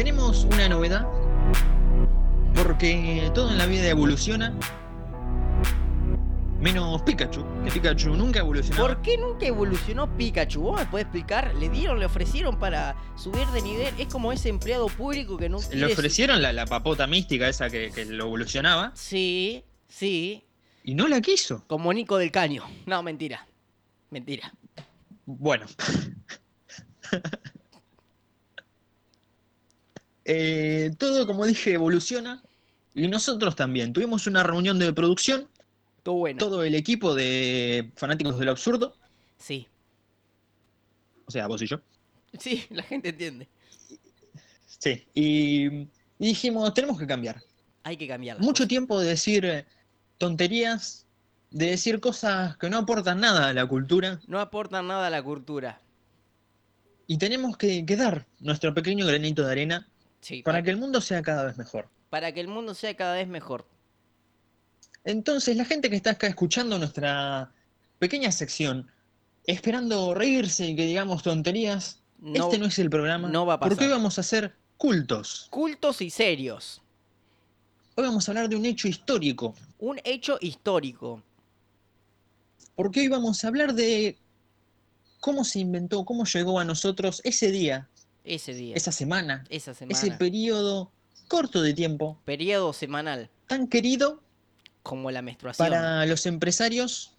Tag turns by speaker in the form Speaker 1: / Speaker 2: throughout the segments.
Speaker 1: ninguna novedad, porque todo en la vida evoluciona, menos Pikachu, que Pikachu nunca evolucionó.
Speaker 2: ¿Por qué nunca evolucionó Pikachu? ¿Vos me podés explicar? ¿Le dieron, le ofrecieron para subir de nivel? Es como ese empleado público que no
Speaker 1: Le
Speaker 2: quiere su-
Speaker 1: ofrecieron la, la papota mística esa que, que lo evolucionaba
Speaker 2: Sí, sí.
Speaker 1: y no la quiso.
Speaker 2: Como Nico del Caño. No, mentira. Mentira.
Speaker 1: Bueno. Eh, todo, como dije, evoluciona y nosotros también. Tuvimos una reunión de producción,
Speaker 2: Todo bueno.
Speaker 1: todo el equipo de fanáticos del absurdo,
Speaker 2: Sí.
Speaker 1: o sea, vos y yo.
Speaker 2: Sí, la gente entiende.
Speaker 1: Sí. Y, y dijimos, tenemos que cambiar.
Speaker 2: Hay que cambiarla.
Speaker 1: Mucho tiempo de decir eh, tonterías, de decir cosas que no aportan nada a la cultura
Speaker 2: No aportan nada a la cultura.
Speaker 1: y tenemos que, que dar nuestro pequeño granito de arena
Speaker 2: Sí.
Speaker 1: para
Speaker 2: pa-
Speaker 1: que el mundo sea cada vez mejor.
Speaker 2: para que el mundo sea cada vez mejor.
Speaker 1: Entonces, la gente que está acá escuchando nuestra pequeña sección, esperando reírse y que digamos tonterías,
Speaker 2: No-
Speaker 1: este no es el programa.
Speaker 2: no va a
Speaker 1: Porque hoy
Speaker 2: pasar.
Speaker 1: vamos a hacer cultos.
Speaker 2: Cultos y serios.
Speaker 1: Hoy vamos a hablar de un hecho histórico.
Speaker 2: Un hecho histórico.
Speaker 1: Porque hoy vamos a hablar de cómo se inventó, cómo llegó a nosotros ese día,
Speaker 2: Ese día.
Speaker 1: esa semana,
Speaker 2: esa semana.
Speaker 1: ese periodo corto de tiempo,
Speaker 2: periodo semanal.
Speaker 1: tan querido
Speaker 2: Como la menstruación.
Speaker 1: para los empresarios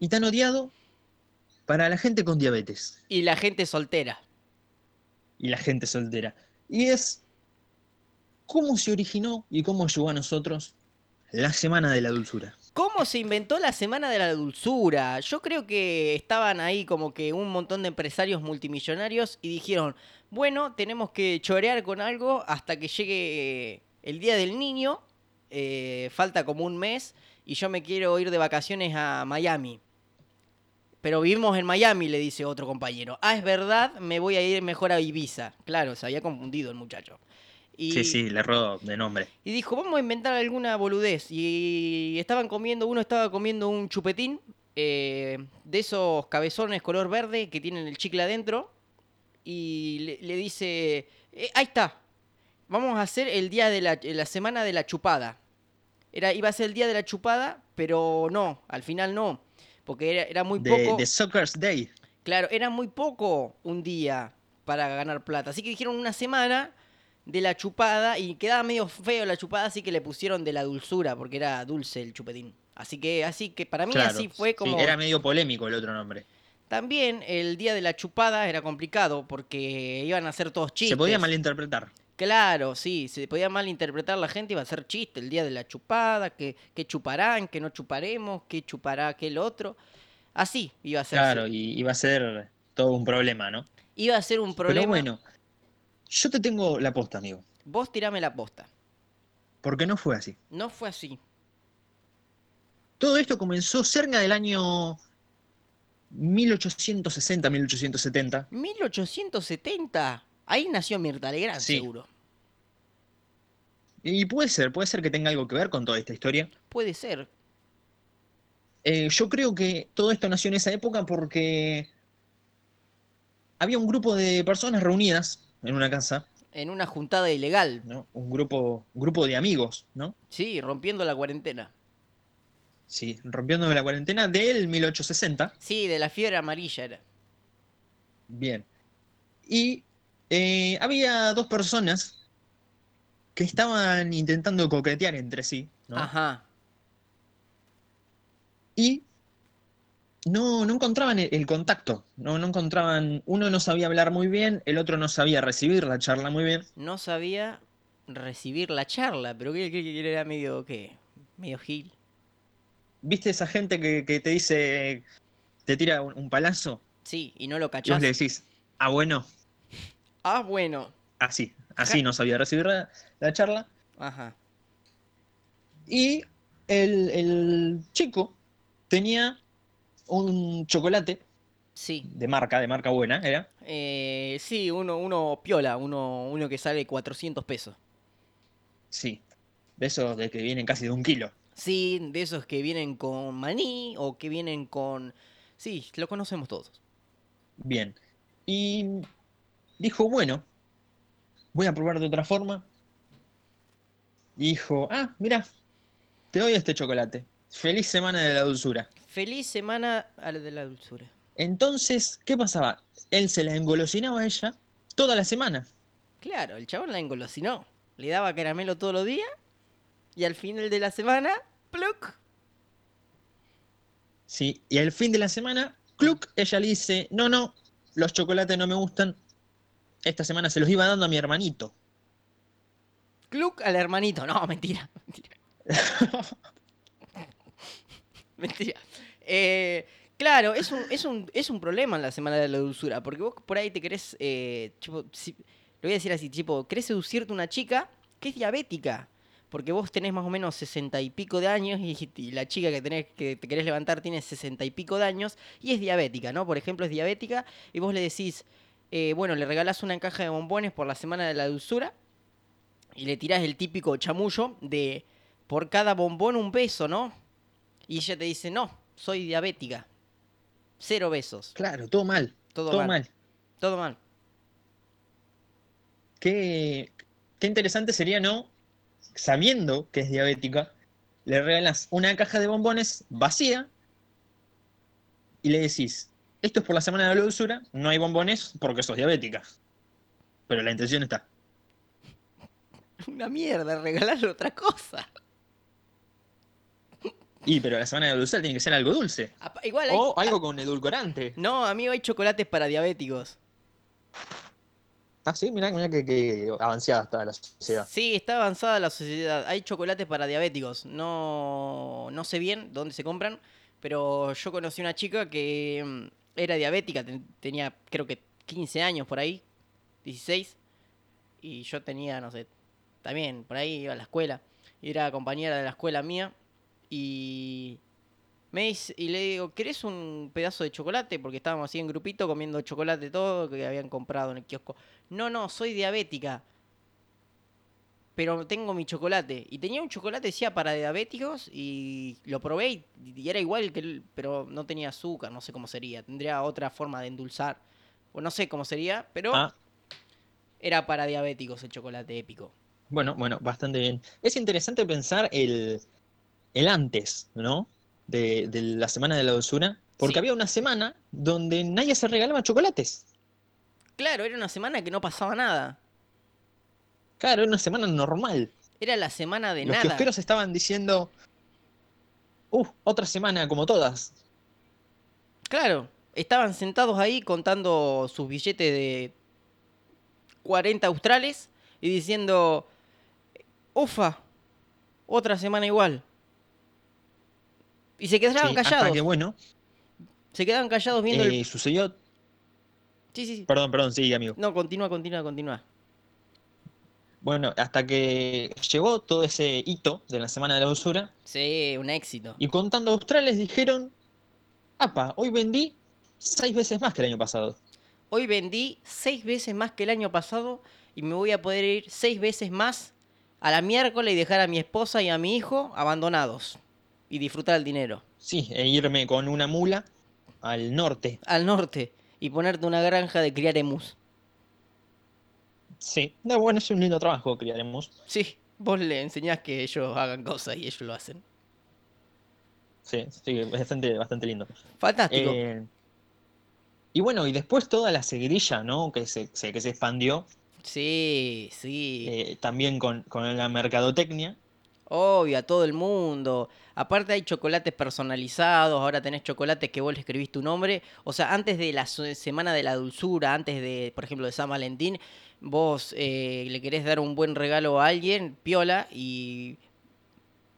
Speaker 1: y tan odiado para la gente con diabetes.
Speaker 2: Y la gente soltera.
Speaker 1: y la gente soltera. Y es cómo se originó y cómo llegó a nosotros la Semana de la Dulzura.
Speaker 2: ¿Cómo se inventó la Semana de la Dulzura? Yo creo que estaban ahí como que un montón de empresarios multimillonarios y dijeron, bueno, tenemos que chorear con algo hasta que llegue el Día del Niño, eh, falta como un mes, y yo me quiero ir de vacaciones a Miami. Pero vivimos en Miami, le dice otro compañero. Ah, es verdad, me voy a ir mejor a Ibiza. Claro, se había confundido el muchacho. Y-
Speaker 1: le rodo de nombre.
Speaker 2: y dijo, vamos a inventar alguna boludez. Y estaban comiendo, uno estaba comiendo un chupetín eh, de esos cabezones color verde que tienen el chicle adentro. Y le, le dice, "Eh, ahí está, vamos a hacer el día de la, la semana de la chupada. Era, iba a ser el día de la chupada, pero no, al final no. Porque era, era muy
Speaker 1: De,
Speaker 2: poco.
Speaker 1: de Soccer's Day.
Speaker 2: Claro, era muy poco un día para ganar plata. Así que dijeron una semana de la chupada y quedaba medio feo la chupada, así que le pusieron de la dulzura, porque era dulce el chupetín. Así que, así que para mí
Speaker 1: Claro,
Speaker 2: así fue
Speaker 1: sí,
Speaker 2: como.
Speaker 1: era medio polémico el otro nombre.
Speaker 2: También el día de la chupada era complicado porque iban a hacer todos chistes.
Speaker 1: Se podía malinterpretar.
Speaker 2: Claro, sí, se podía malinterpretar la gente, iba a hacer chiste el día de la chupada, que, que chuparán, que no chuparemos, que chupará aquel otro. Así iba a ser.
Speaker 1: Claro, y iba a ser todo un problema, ¿no?
Speaker 2: Iba a ser un problema.
Speaker 1: Pero bueno, yo te tengo la posta, amigo.
Speaker 2: Vos tirame la posta.
Speaker 1: Porque no fue así.
Speaker 2: No fue así.
Speaker 1: Todo esto comenzó cerca del año 1860, 1870.
Speaker 2: 1870. Ahí nació Mirta Legrand,
Speaker 1: Sí.
Speaker 2: seguro.
Speaker 1: Y puede ser, puede ser que tenga algo que ver con toda esta historia.
Speaker 2: Puede ser.
Speaker 1: Eh, yo creo que todo esto nació en esa época porque había un grupo de personas reunidas en una casa,
Speaker 2: En una juntada ilegal.
Speaker 1: ¿no? Un grupo, un grupo de amigos, ¿no?
Speaker 2: Sí, rompiendo la cuarentena.
Speaker 1: Sí, rompiendo la cuarentena del 1860.
Speaker 2: Sí, de la fiebre amarilla era.
Speaker 1: Bien. Y eh, había dos personas que estaban intentando coquetear entre sí, ¿no?
Speaker 2: Ajá.
Speaker 1: y no, no encontraban el, el contacto, no, no encontraban, uno no sabía hablar muy bien, el otro no sabía recibir la charla muy bien,
Speaker 2: No sabía recibir la charla, pero que era medio qué? Medio gil.
Speaker 1: ¿viste esa gente que, que te dice, te tira un, un palazo?
Speaker 2: Sí, y no
Speaker 1: Y
Speaker 2: lo
Speaker 1: vos
Speaker 2: cachás.
Speaker 1: le decís, ah bueno,
Speaker 2: Ah, bueno.
Speaker 1: así, así no sabía recibir la, la charla.
Speaker 2: Ajá.
Speaker 1: Y el, el chico tenía un chocolate
Speaker 2: Sí.
Speaker 1: de marca, de marca buena, era,
Speaker 2: Eh, sí, uno, uno piola, uno, uno que sale 400 pesos.
Speaker 1: sí, de esos de que vienen casi de un kilo.
Speaker 2: Sí, de esos que vienen con maní o que vienen con... Sí, lo conocemos todos.
Speaker 1: Bien. Y dijo, bueno, voy a probar de otra forma. Y dijo, ah, mira, te doy este chocolate. Feliz semana de la dulzura.
Speaker 2: Feliz semana a la de la dulzura.
Speaker 1: Entonces, ¿qué pasaba? Él se la engolosinaba a ella toda la semana.
Speaker 2: Claro, el chabón la engolosinó. Le daba caramelo todos los días. Y al final de la semana, pluk.
Speaker 1: Sí, y al fin de la semana, cluck, ella le dice, no, no, los chocolates no me gustan. Esta semana se los iba dando a mi hermanito.
Speaker 2: Cluck al hermanito. No, mentira. Mentira. mentira. Eh, claro, es un, es, un, es un problema en la semana de la dulzura. Porque vos por ahí te querés. eh, tipo, si- lo voy a decir así, tipo, querés seducirte a una chica que es diabética. Porque vos tenés más o menos sesenta y pico de años y, y la chica que, tenés, que te querés levantar tiene sesenta y pico de años y es diabética, ¿no? Por ejemplo, es diabética y vos le decís, eh, bueno, le regalás una caja de bombones por la semana de la dulzura y le tirás el típico chamullo de por cada bombón un beso, ¿no? Y ella te dice, no, soy diabética. Cero besos.
Speaker 1: Claro, todo mal.
Speaker 2: Todo
Speaker 1: Todo,
Speaker 2: mal.
Speaker 1: mal.
Speaker 2: Todo mal.
Speaker 1: Qué, qué interesante sería, ¿no? Sabiendo que es diabética, le regalas una caja de bombones vacía y le decís, esto es por la semana de la dulzura, no hay bombones porque sos diabética. Pero la intención está.
Speaker 2: Una mierda, regalarle otra cosa.
Speaker 1: Y pero la semana de la dulzura tiene que ser algo dulce.
Speaker 2: Apa- Igual hay...
Speaker 1: O algo con edulcorante.
Speaker 2: No, amigo, hay chocolates para diabéticos.
Speaker 1: Ah, sí, mirá, mirá que, que avanzada está la sociedad.
Speaker 2: Sí, está avanzada la sociedad. Hay chocolates para diabéticos. No, no sé bien dónde se compran, pero yo conocí una chica que mm, era diabética. ten- tenía, creo que 15 años por ahí, 16. Y yo tenía, no sé, también por ahí iba a la escuela. Y era compañera de la escuela mía. Y me dice, y le digo, ¿querés un pedazo de chocolate? Porque estábamos así en grupito comiendo chocolate todo que habían comprado en el kiosco. No, no, soy diabética pero tengo mi chocolate. Y tenía un chocolate, decía, para diabéticos y lo probé y, y era igual que el, pero no tenía azúcar, no sé cómo sería. Tendría otra forma de endulzar. O no sé cómo sería, pero
Speaker 1: Ah,
Speaker 2: era para diabéticos el chocolate épico.
Speaker 1: bueno, bueno, bastante bien. Es interesante pensar el, el antes, ¿no? De, de la semana de la dulzura. Porque
Speaker 2: Sí.
Speaker 1: había una semana donde nadie se regalaba chocolates.
Speaker 2: Claro, era una semana que no pasaba nada.
Speaker 1: Claro, era una semana normal.
Speaker 2: Era la semana de
Speaker 1: Los
Speaker 2: nada.
Speaker 1: kiosqueros estaban diciendo, uh, otra semana como todas.
Speaker 2: Claro, estaban sentados ahí contando sus billetes de 40 australes y diciendo, ufa, otra semana igual. Y se quedaban
Speaker 1: Sí,
Speaker 2: callados,
Speaker 1: Hasta que, bueno,
Speaker 2: se quedaban callados viendo
Speaker 1: eh,
Speaker 2: el...
Speaker 1: sucedió...
Speaker 2: Sí, sí, sí.
Speaker 1: Perdón, perdón, sí, amigo.
Speaker 2: No, continúa, continúa, continúa.
Speaker 1: Bueno, hasta que llegó todo ese hito de la semana de la dulzura.
Speaker 2: Sí, un éxito.
Speaker 1: Y contando australes dijeron, apa, hoy vendí seis veces más que el año pasado.
Speaker 2: Hoy vendí seis veces más que el año pasado y me voy a poder ir seis veces más a la miércoles y dejar a mi esposa y a mi hijo abandonados y disfrutar el dinero.
Speaker 1: Sí, e irme con una mula al norte.
Speaker 2: al norte y ponerte una granja de criar emus.
Speaker 1: Sí, no, bueno, es un lindo trabajo, criaremos.
Speaker 2: Sí, vos le enseñás que ellos hagan cosas y ellos lo hacen.
Speaker 1: Sí, sí, bastante, bastante lindo.
Speaker 2: Fantástico.
Speaker 1: Eh, y bueno, y después toda la seguidilla, ¿no? Que se, se- que se expandió
Speaker 2: sí, sí.
Speaker 1: eh, también con, con la mercadotecnia.
Speaker 2: Obvio, a todo el mundo. Aparte hay chocolates personalizados, ahora tenés chocolates que vos le escribís tu nombre. O sea, antes de la su- semana de la dulzura, antes de, por ejemplo, de San Valentín, vos eh, le querés dar un buen regalo a alguien, piola, y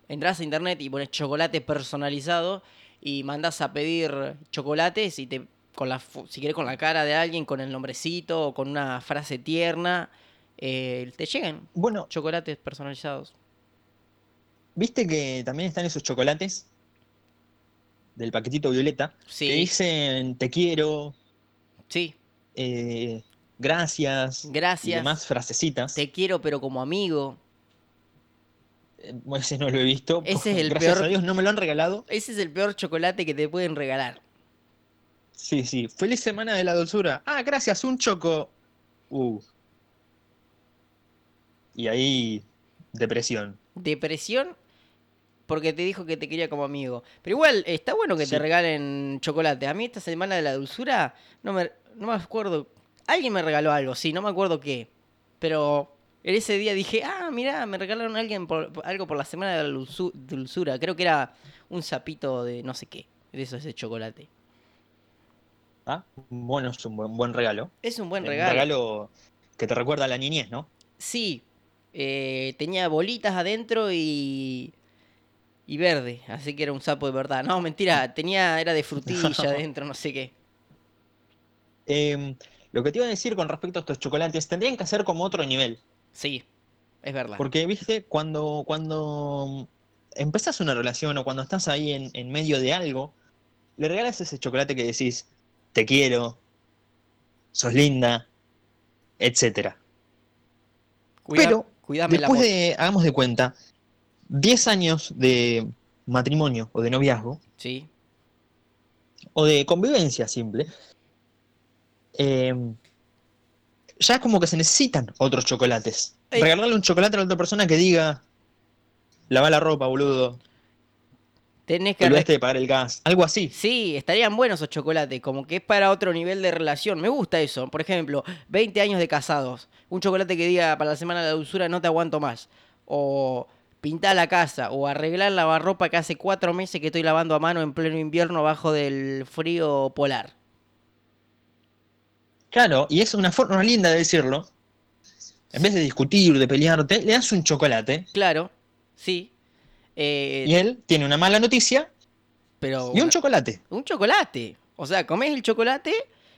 Speaker 2: entras a internet y pones chocolate personalizado y mandás a pedir chocolates y te con la fo- si querés con la cara de alguien, con el nombrecito o con una frase tierna, eh, te llegan
Speaker 1: Bueno,
Speaker 2: chocolates personalizados.
Speaker 1: viste que también están esos chocolates del paquetito violeta
Speaker 2: Sí.
Speaker 1: que dicen te quiero,
Speaker 2: Sí,
Speaker 1: eh, gracias, y
Speaker 2: gracias.
Speaker 1: demás frasecitas.
Speaker 2: Te quiero, pero como amigo.
Speaker 1: Eh, bueno, Ese no lo he visto.
Speaker 2: Ese es el
Speaker 1: Gracias
Speaker 2: peor-
Speaker 1: a Dios no me lo han regalado.
Speaker 2: Ese es el peor chocolate que te pueden regalar.
Speaker 1: Sí, sí. Feliz semana de la dulzura. Ah, gracias, un choco. Uh. Y ahí, depresión.
Speaker 2: Depresión porque te dijo que te quería como amigo. Pero igual, está bueno que
Speaker 1: Sí.
Speaker 2: te regalen chocolate. A mí esta semana de la dulzura, no me, no me acuerdo. Alguien me regaló algo, sí, no me acuerdo qué. Pero en ese día dije, ah, mirá, me regalaron alguien por- por- algo por la semana de la dulzu- dulzura. Creo que era un sapito de no sé qué. De eso ese chocolate.
Speaker 1: Ah, bueno, es un buen, buen regalo. Eh,
Speaker 2: Es un buen
Speaker 1: Un
Speaker 2: regalo.
Speaker 1: regalo que te recuerda a la niñez, ¿no?
Speaker 2: Sí, eh, tenía bolitas adentro y, y verde, así que era un sapo de verdad. No, mentira, tenía era de frutilla adentro, no sé qué.
Speaker 1: Em, lo que te iba a decir con respecto a estos chocolates, tendrían que hacer como otro nivel.
Speaker 2: Sí, es verdad.
Speaker 1: Porque, viste, cuando, cuando empezás una relación o cuando estás ahí en, en medio de algo, le regalas ese chocolate que decís, te quiero, sos linda, etcétera.
Speaker 2: Cuida-
Speaker 1: pero
Speaker 2: cuidame la
Speaker 1: Después
Speaker 2: moto.
Speaker 1: de, hagamos de cuenta, 10 años de matrimonio o de noviazgo,
Speaker 2: Sí,
Speaker 1: o de convivencia simple, eh, ya como que se necesitan otros chocolates.
Speaker 2: Ey.
Speaker 1: Regalarle un chocolate a la otra persona que diga, lava la ropa, boludo,
Speaker 2: tenés
Speaker 1: te
Speaker 2: que... re-
Speaker 1: olvidaste de pagar el gas, algo así.
Speaker 2: Sí, estarían buenos esos chocolates, como que es para otro nivel de relación. Me gusta eso. Por ejemplo, 20 años de casados. Un chocolate que diga para la semana de la dulzura no te aguanto más. O pintar la casa. O arreglar la lavarropa que hace cuatro meses que estoy lavando a mano en pleno invierno bajo del frío polar.
Speaker 1: Claro, y es una forma linda de decirlo. En vez de discutir, de pelearte, le das un chocolate
Speaker 2: Claro, sí. Eh,
Speaker 1: y él tiene una mala noticia
Speaker 2: pero
Speaker 1: y un chocolate.
Speaker 2: Un chocolate. O sea, comés el chocolate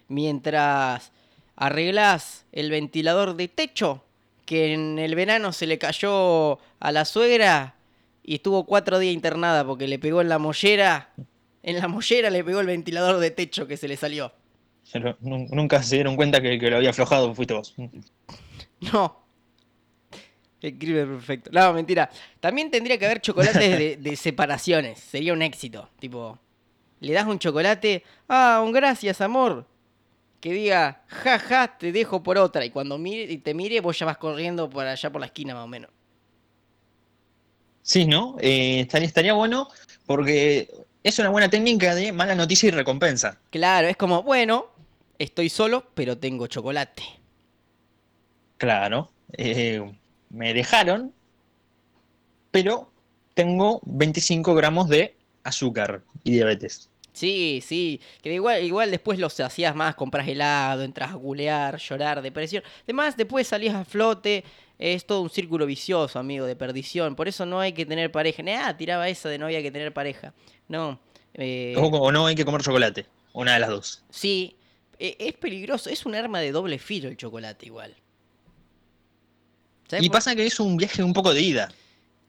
Speaker 2: mientras arreglás el ventilador de techo que en el verano se le cayó a la suegra y estuvo cuatro días internada porque le pegó en la mollera. En la mollera le pegó el ventilador de techo que se le salió.
Speaker 1: Pero nun- nunca se dieron cuenta que el que lo había aflojado fuiste vos.
Speaker 2: No. Escribe perfecto. No, mentira. También tendría que haber chocolates de, de separaciones. Sería un éxito. Tipo, le das un chocolate. Ah, un gracias, amor. Que diga, jaja, te dejo por otra. Y cuando mire, y te mire, vos ya vas corriendo por allá por la esquina, más o menos.
Speaker 1: Sí, ¿no? Eh, estaría, estaría bueno porque es una buena técnica de mala noticia y recompensa.
Speaker 2: Claro, es como, bueno, estoy solo, pero tengo chocolate.
Speaker 1: Claro. eh, me dejaron, pero tengo 25 gramos de azúcar y diabetes.
Speaker 2: Sí, sí, que igual, igual después los hacías más, compras helado, entras a gulear, llorar, depresión. Además, después salías a flote, es todo un círculo vicioso, amigo, de perdición. Por eso no hay que tener pareja. Ah, tiraba esa de no había que tener pareja. No, eh,
Speaker 1: O, o no hay que comer chocolate. Una de las dos.
Speaker 2: sí, e- es peligroso, es un arma de doble filo el chocolate igual. ¿Sabés
Speaker 1: Y
Speaker 2: por-
Speaker 1: pasa que es un viaje un poco de ida.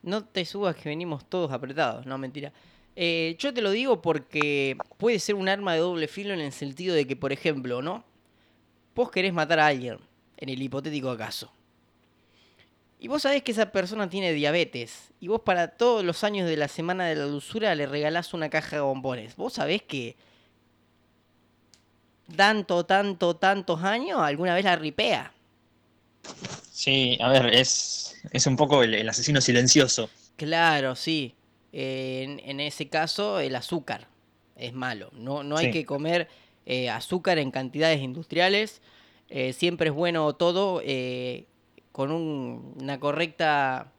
Speaker 2: No te subas que venimos todos apretados, no mentira. Eh, yo te lo digo porque puede ser un arma de doble filo en el sentido de que, por ejemplo, ¿no? Vos querés matar a alguien, en el hipotético acaso. Y vos sabés que esa persona tiene diabetes. Y vos para todos los años de la semana de la dulzura le regalás una caja de bombones. Vos sabés que tanto, tanto, tantos años alguna vez la ripea.
Speaker 1: Sí, a ver, es, es un poco el, el asesino silencioso.
Speaker 2: Claro, sí. Eh, en, en ese caso, el azúcar es malo. No, no hay
Speaker 1: Sí.
Speaker 2: que comer eh, azúcar en cantidades industriales. Eh, siempre es bueno todo eh, con un- una correcta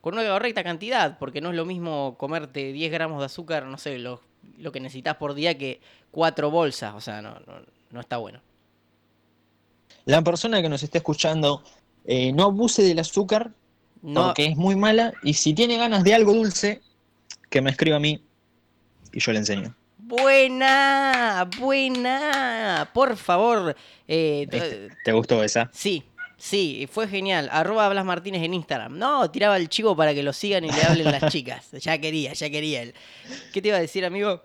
Speaker 2: con una correcta cantidad, porque no es lo mismo comerte 10 gramos de azúcar, no sé, lo, lo que necesitas por día que cuatro bolsas. O sea, no, no, no está bueno.
Speaker 1: La persona que nos está escuchando, eh, no abuse del azúcar
Speaker 2: No,
Speaker 1: porque es muy mala. Y si tiene ganas de algo dulce, que me escriba a mí y yo le enseño.
Speaker 2: Buena, buena. Por favor, eh,
Speaker 1: Este. ¿Te gustó esa?
Speaker 2: Sí, sí, fue genial. Arroba Blas Martínez en Instagram. No, tiraba el chivo para que lo sigan y le hablen las chicas. Ya quería, ya quería él. ¿Qué te iba a decir, amigo?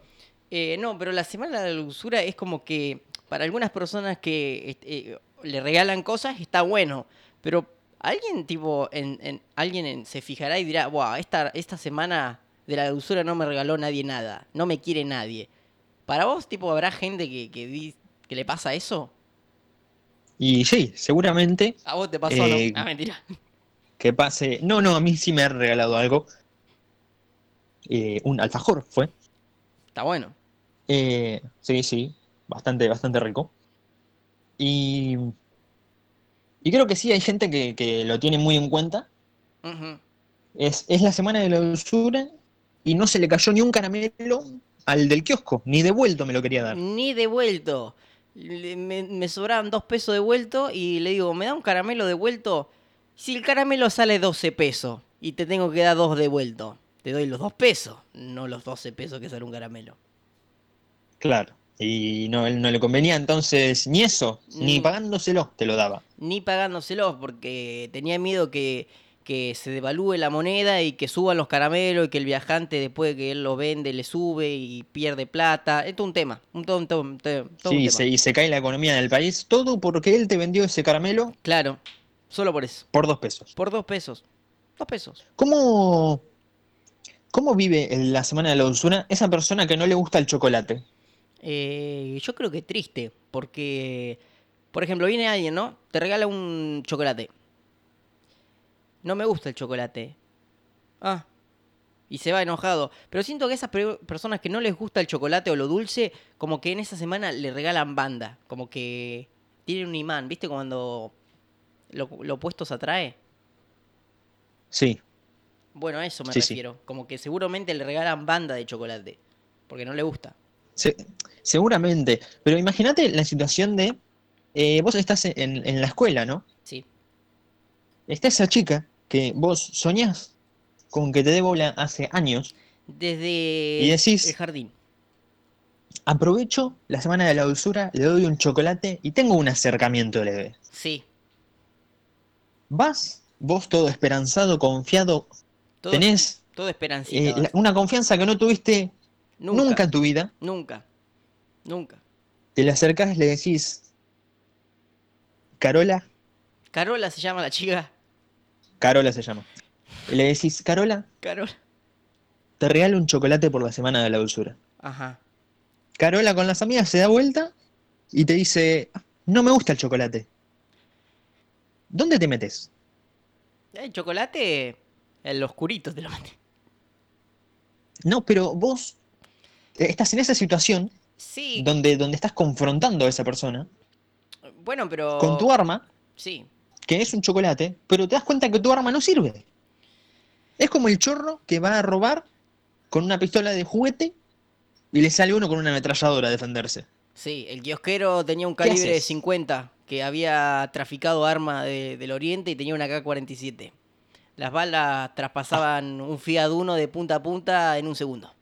Speaker 2: Eh, no, pero la semana de la dulzura es como que para algunas personas que este, eh, le regalan cosas está bueno, pero alguien tipo en, en- alguien en- se fijará y dirá, wow, esta, esta semana de la dulzura no me regaló nadie nada, no me quiere nadie. Para vos, tipo, habrá gente que, que, di- que le pasa eso.
Speaker 1: Y sí, seguramente
Speaker 2: A vos te pasó,
Speaker 1: Eh,
Speaker 2: ¿no? Ah, mentira.
Speaker 1: que pase. No, no, a mí sí me han regalado algo. Eh, un alfajor fue.
Speaker 2: Está bueno.
Speaker 1: Eh, sí, sí, bastante, bastante rico. Y, y creo que sí hay gente que, que lo tiene muy en cuenta.
Speaker 2: Ujú.
Speaker 1: Es, es la semana de la dulzura y no se le cayó ni un caramelo al del kiosco, ni devuelto me lo quería dar.
Speaker 2: Ni devuelto. Le- Me, me sobraban dos pesos devuelto y le digo, ¿me da un caramelo devuelto? Si el caramelo sale 12 pesos y te tengo que dar dos devuelto, te doy los dos pesos, no los 12 pesos que sale un caramelo.
Speaker 1: Claro. Y no, él no le convenía entonces ni eso, ni
Speaker 2: Mm.
Speaker 1: pagándoselo te lo daba.
Speaker 2: Ni pagándoselos porque tenía miedo que, que se devalúe la moneda y que suban los caramelos y que el viajante después que él los vende le sube y pierde plata. Esto es un tema, un, todo, un- todo un- todo un
Speaker 1: Sí, y
Speaker 2: tema.
Speaker 1: se, y se cae la economía del país, todo porque él te vendió ese caramelo
Speaker 2: Claro, solo por eso.
Speaker 1: por dos pesos.
Speaker 2: Por dos pesos. Dos pesos.
Speaker 1: ¿Cómo, cómo vive en la semana de la dulzura esa persona que no le gusta el chocolate?
Speaker 2: Eh, yo creo que triste, porque, por ejemplo, viene alguien, ¿no? Te regala un chocolate. No me gusta el chocolate. Ah. Y se va enojado. Pero siento que esas pe- personas que no les gusta el chocolate o lo dulce, como que en esa semana le regalan banda. Como que tienen un imán, ¿viste? Cuando lo, lo opuesto se atrae.
Speaker 1: Sí,
Speaker 2: Bueno, a eso me
Speaker 1: Sí, sí.
Speaker 2: refiero. Como que seguramente le regalan banda de chocolate. Porque no le gusta.
Speaker 1: se- seguramente. Pero imagínate la situación de, eh, vos estás en, en la escuela, ¿no?
Speaker 2: Sí.
Speaker 1: Está esa chica que vos soñás con que te dé bola hace años
Speaker 2: Desde
Speaker 1: Y decís-
Speaker 2: el jardín.
Speaker 1: Aprovecho la semana de la dulzura, le doy un chocolate y tengo un acercamiento leve.
Speaker 2: Sí.
Speaker 1: Vas, vos todo esperanzado, confiado,
Speaker 2: Todo,
Speaker 1: tenés
Speaker 2: todo
Speaker 1: eh,
Speaker 2: esperancita.
Speaker 1: la-
Speaker 2: vas.
Speaker 1: una confianza que no tuviste nunca.
Speaker 2: nunca,
Speaker 1: en tu vida.
Speaker 2: nunca. Nunca.
Speaker 1: Te le acercás, le decís, Carola,
Speaker 2: Carola se llama la chica.
Speaker 1: Carola se llama. Le decís, Carola,
Speaker 2: Carola.
Speaker 1: te regalo un chocolate por la semana de la dulzura.
Speaker 2: Ajá.
Speaker 1: Carola con las amigas se da vuelta y te dice, no me gusta el chocolate. ¿Dónde te metes?
Speaker 2: El chocolate, el oscurito te lo mandé.
Speaker 1: No, pero vos eh, estás en esa situación
Speaker 2: Sí,
Speaker 1: donde, donde estás confrontando a esa persona
Speaker 2: bueno, pero.
Speaker 1: con tu arma,
Speaker 2: Sí,
Speaker 1: que es un chocolate, pero te das cuenta que tu arma no sirve. Es como el chorro que va a robar con una pistola de juguete y le sale uno con una ametralladora a defenderse.
Speaker 2: sí. El kiosquero tenía un
Speaker 1: ¿Qué
Speaker 2: calibre de
Speaker 1: haces?
Speaker 2: 50 que había traficado arma de- del Oriente y tenía una K-47. Las balas traspasaban un Fiat Uno de punta a punta en un segundo.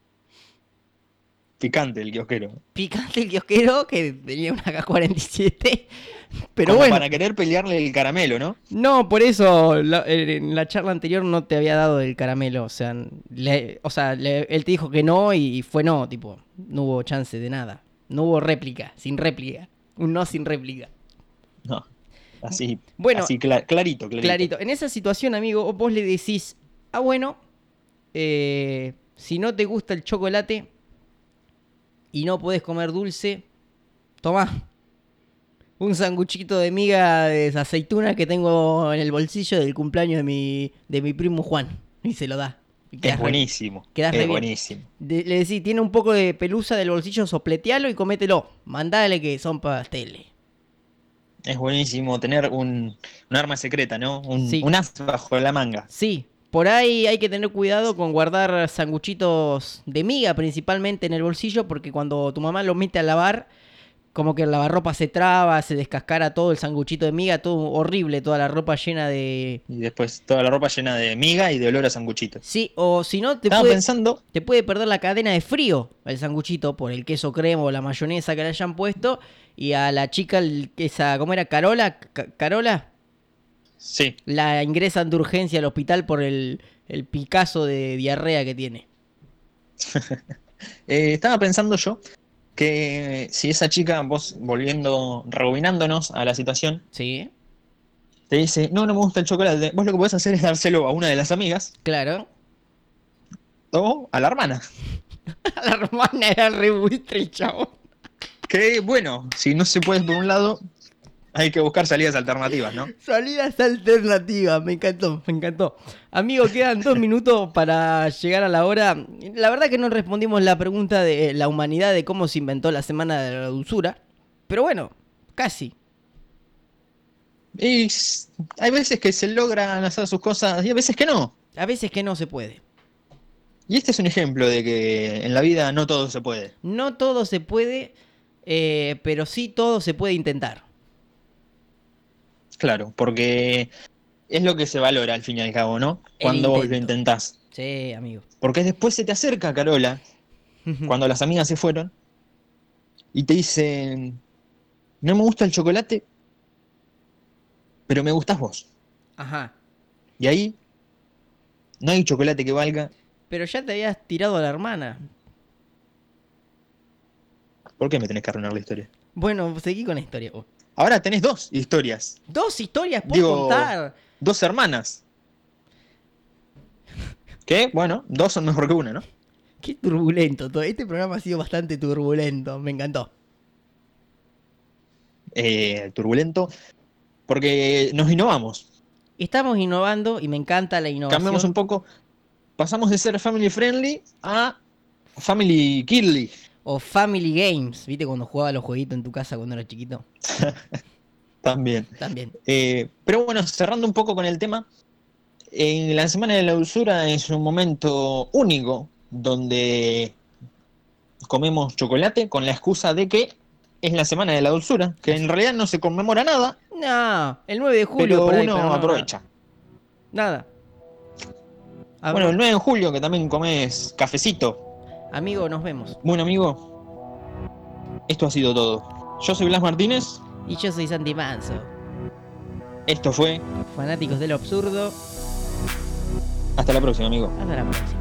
Speaker 1: Picante el kiosquero.
Speaker 2: Picante el kiosquero que tenía una K-47. Pero
Speaker 1: Como
Speaker 2: bueno.
Speaker 1: Para querer pelearle el caramelo, ¿no?
Speaker 2: No, por eso la- en la charla anterior no te había dado el caramelo. O sea, le- o sea le- él te dijo que no y fue no, tipo, no hubo chance de nada. No hubo réplica, sin réplica. Un no sin réplica.
Speaker 1: No. Así,
Speaker 2: Bueno.
Speaker 1: así cla- clarito, clarito.
Speaker 2: Clarito, en esa situación, amigo, vos le decís, ah, bueno, eh, si no te gusta el chocolate y no podés comer dulce, tomá un sanguchito de miga de aceituna que tengo en el bolsillo del cumpleaños de mi, de mi primo Juan. Y se lo da. Y quedás
Speaker 1: Es
Speaker 2: re-
Speaker 1: buenísimo.
Speaker 2: quedás re
Speaker 1: Es
Speaker 2: bien.
Speaker 1: buenísimo.
Speaker 2: de- le decís, tiene un poco de pelusa del bolsillo, sopletealo y comételo. Mandale que son pasteles.
Speaker 1: Es buenísimo tener un, un arma secreta, ¿no? Un,
Speaker 2: Sí.
Speaker 1: un as bajo la manga.
Speaker 2: Sí, por ahí hay que tener cuidado con guardar sanguchitos de miga principalmente en el bolsillo porque cuando tu mamá lo mete a lavar, como que la lavarropa se traba, se descascara todo el sanguchito de miga, todo horrible, toda la ropa llena de...
Speaker 1: Y después toda la ropa llena de miga y de olor a sanguchitos.
Speaker 2: Sí, o si no, te
Speaker 1: Estaba
Speaker 2: puede,
Speaker 1: pensando,
Speaker 2: te puede perder la cadena de frío el sanguchito por el queso crema o la mayonesa que le hayan puesto y a la chica, el- esa, ¿cómo era? Carola, Ca- Carola,
Speaker 1: sí,
Speaker 2: la ingresan de urgencia al hospital por el, el picazo de diarrea que tiene.
Speaker 1: eh, estaba pensando yo que si esa chica, vos volviendo, rebobinándonos a la situación,
Speaker 2: Sí.
Speaker 1: te dice, no, no me gusta el chocolate, vos lo que podés hacer es dárselo a una de las amigas
Speaker 2: Claro.
Speaker 1: o a la hermana.
Speaker 2: A la hermana era re buitre el chabón.
Speaker 1: Que bueno, si no se puede por un lado, Hay que buscar salidas alternativas, ¿no?
Speaker 2: Salidas alternativas, me encantó, me encantó. Amigo, quedan dos minutos para llegar a la hora. La verdad que no respondimos la pregunta de la humanidad de cómo se inventó la semana de la dulzura, pero bueno, casi.
Speaker 1: Y s- hay veces que se logran hacer sus cosas y hay veces que no.
Speaker 2: A veces que no se puede.
Speaker 1: Y este es un ejemplo de que en la vida no todo se puede.
Speaker 2: No todo se puede, eh, pero sí todo se puede intentar.
Speaker 1: Claro, porque es lo que se valora al fin y al cabo, ¿no?
Speaker 2: El
Speaker 1: Cuando vos lo
Speaker 2: intento.
Speaker 1: intentás.
Speaker 2: Sí, amigo.
Speaker 1: Porque después se te acerca Carola, cuando las amigas se fueron, y te dicen, no me gusta el chocolate, pero me gustás vos.
Speaker 2: Ajá.
Speaker 1: Y ahí no hay chocolate que valga.
Speaker 2: Pero ya te habías tirado a la hermana.
Speaker 1: ¿Por qué me tenés que arruinar la historia?
Speaker 2: Bueno, seguí con la historia. vos.
Speaker 1: Ahora tenés dos historias,
Speaker 2: Dos historias por
Speaker 1: Digo-
Speaker 2: contar.
Speaker 1: dos hermanas. Que, bueno, dos son mejor que una, ¿no?
Speaker 2: Qué turbulento todo. Este programa ha sido bastante turbulento. Me encantó.
Speaker 1: Eh, turbulento, porque nos innovamos.
Speaker 2: Estamos innovando y me encanta la innovación.
Speaker 1: Cambiamos un poco, pasamos de ser family friendly a family kidly.
Speaker 2: O Family Games. ¿Viste cuando jugaba los jueguitos en tu casa cuando era chiquito?
Speaker 1: También.
Speaker 2: También.
Speaker 1: Eh, pero bueno, cerrando un poco con el tema, en la Semana de la Dulzura es un momento único donde comemos chocolate con la excusa de que es la Semana de la Dulzura, que en realidad no se conmemora nada,
Speaker 2: No, el 9 de julio.
Speaker 1: pero
Speaker 2: por ahí,
Speaker 1: uno
Speaker 2: no, no,
Speaker 1: aprovecha.
Speaker 2: Nada. Ah,
Speaker 1: Bueno, el 9 de julio que también comes cafecito.
Speaker 2: Amigo, nos vemos.
Speaker 1: Bueno, amigo, esto ha sido todo. Yo soy Blas Martínez,
Speaker 2: Y yo soy Santi Manso.
Speaker 1: esto fue,
Speaker 2: Fanáticos del absurdo.
Speaker 1: hasta la próxima, amigo.
Speaker 2: Hasta la próxima.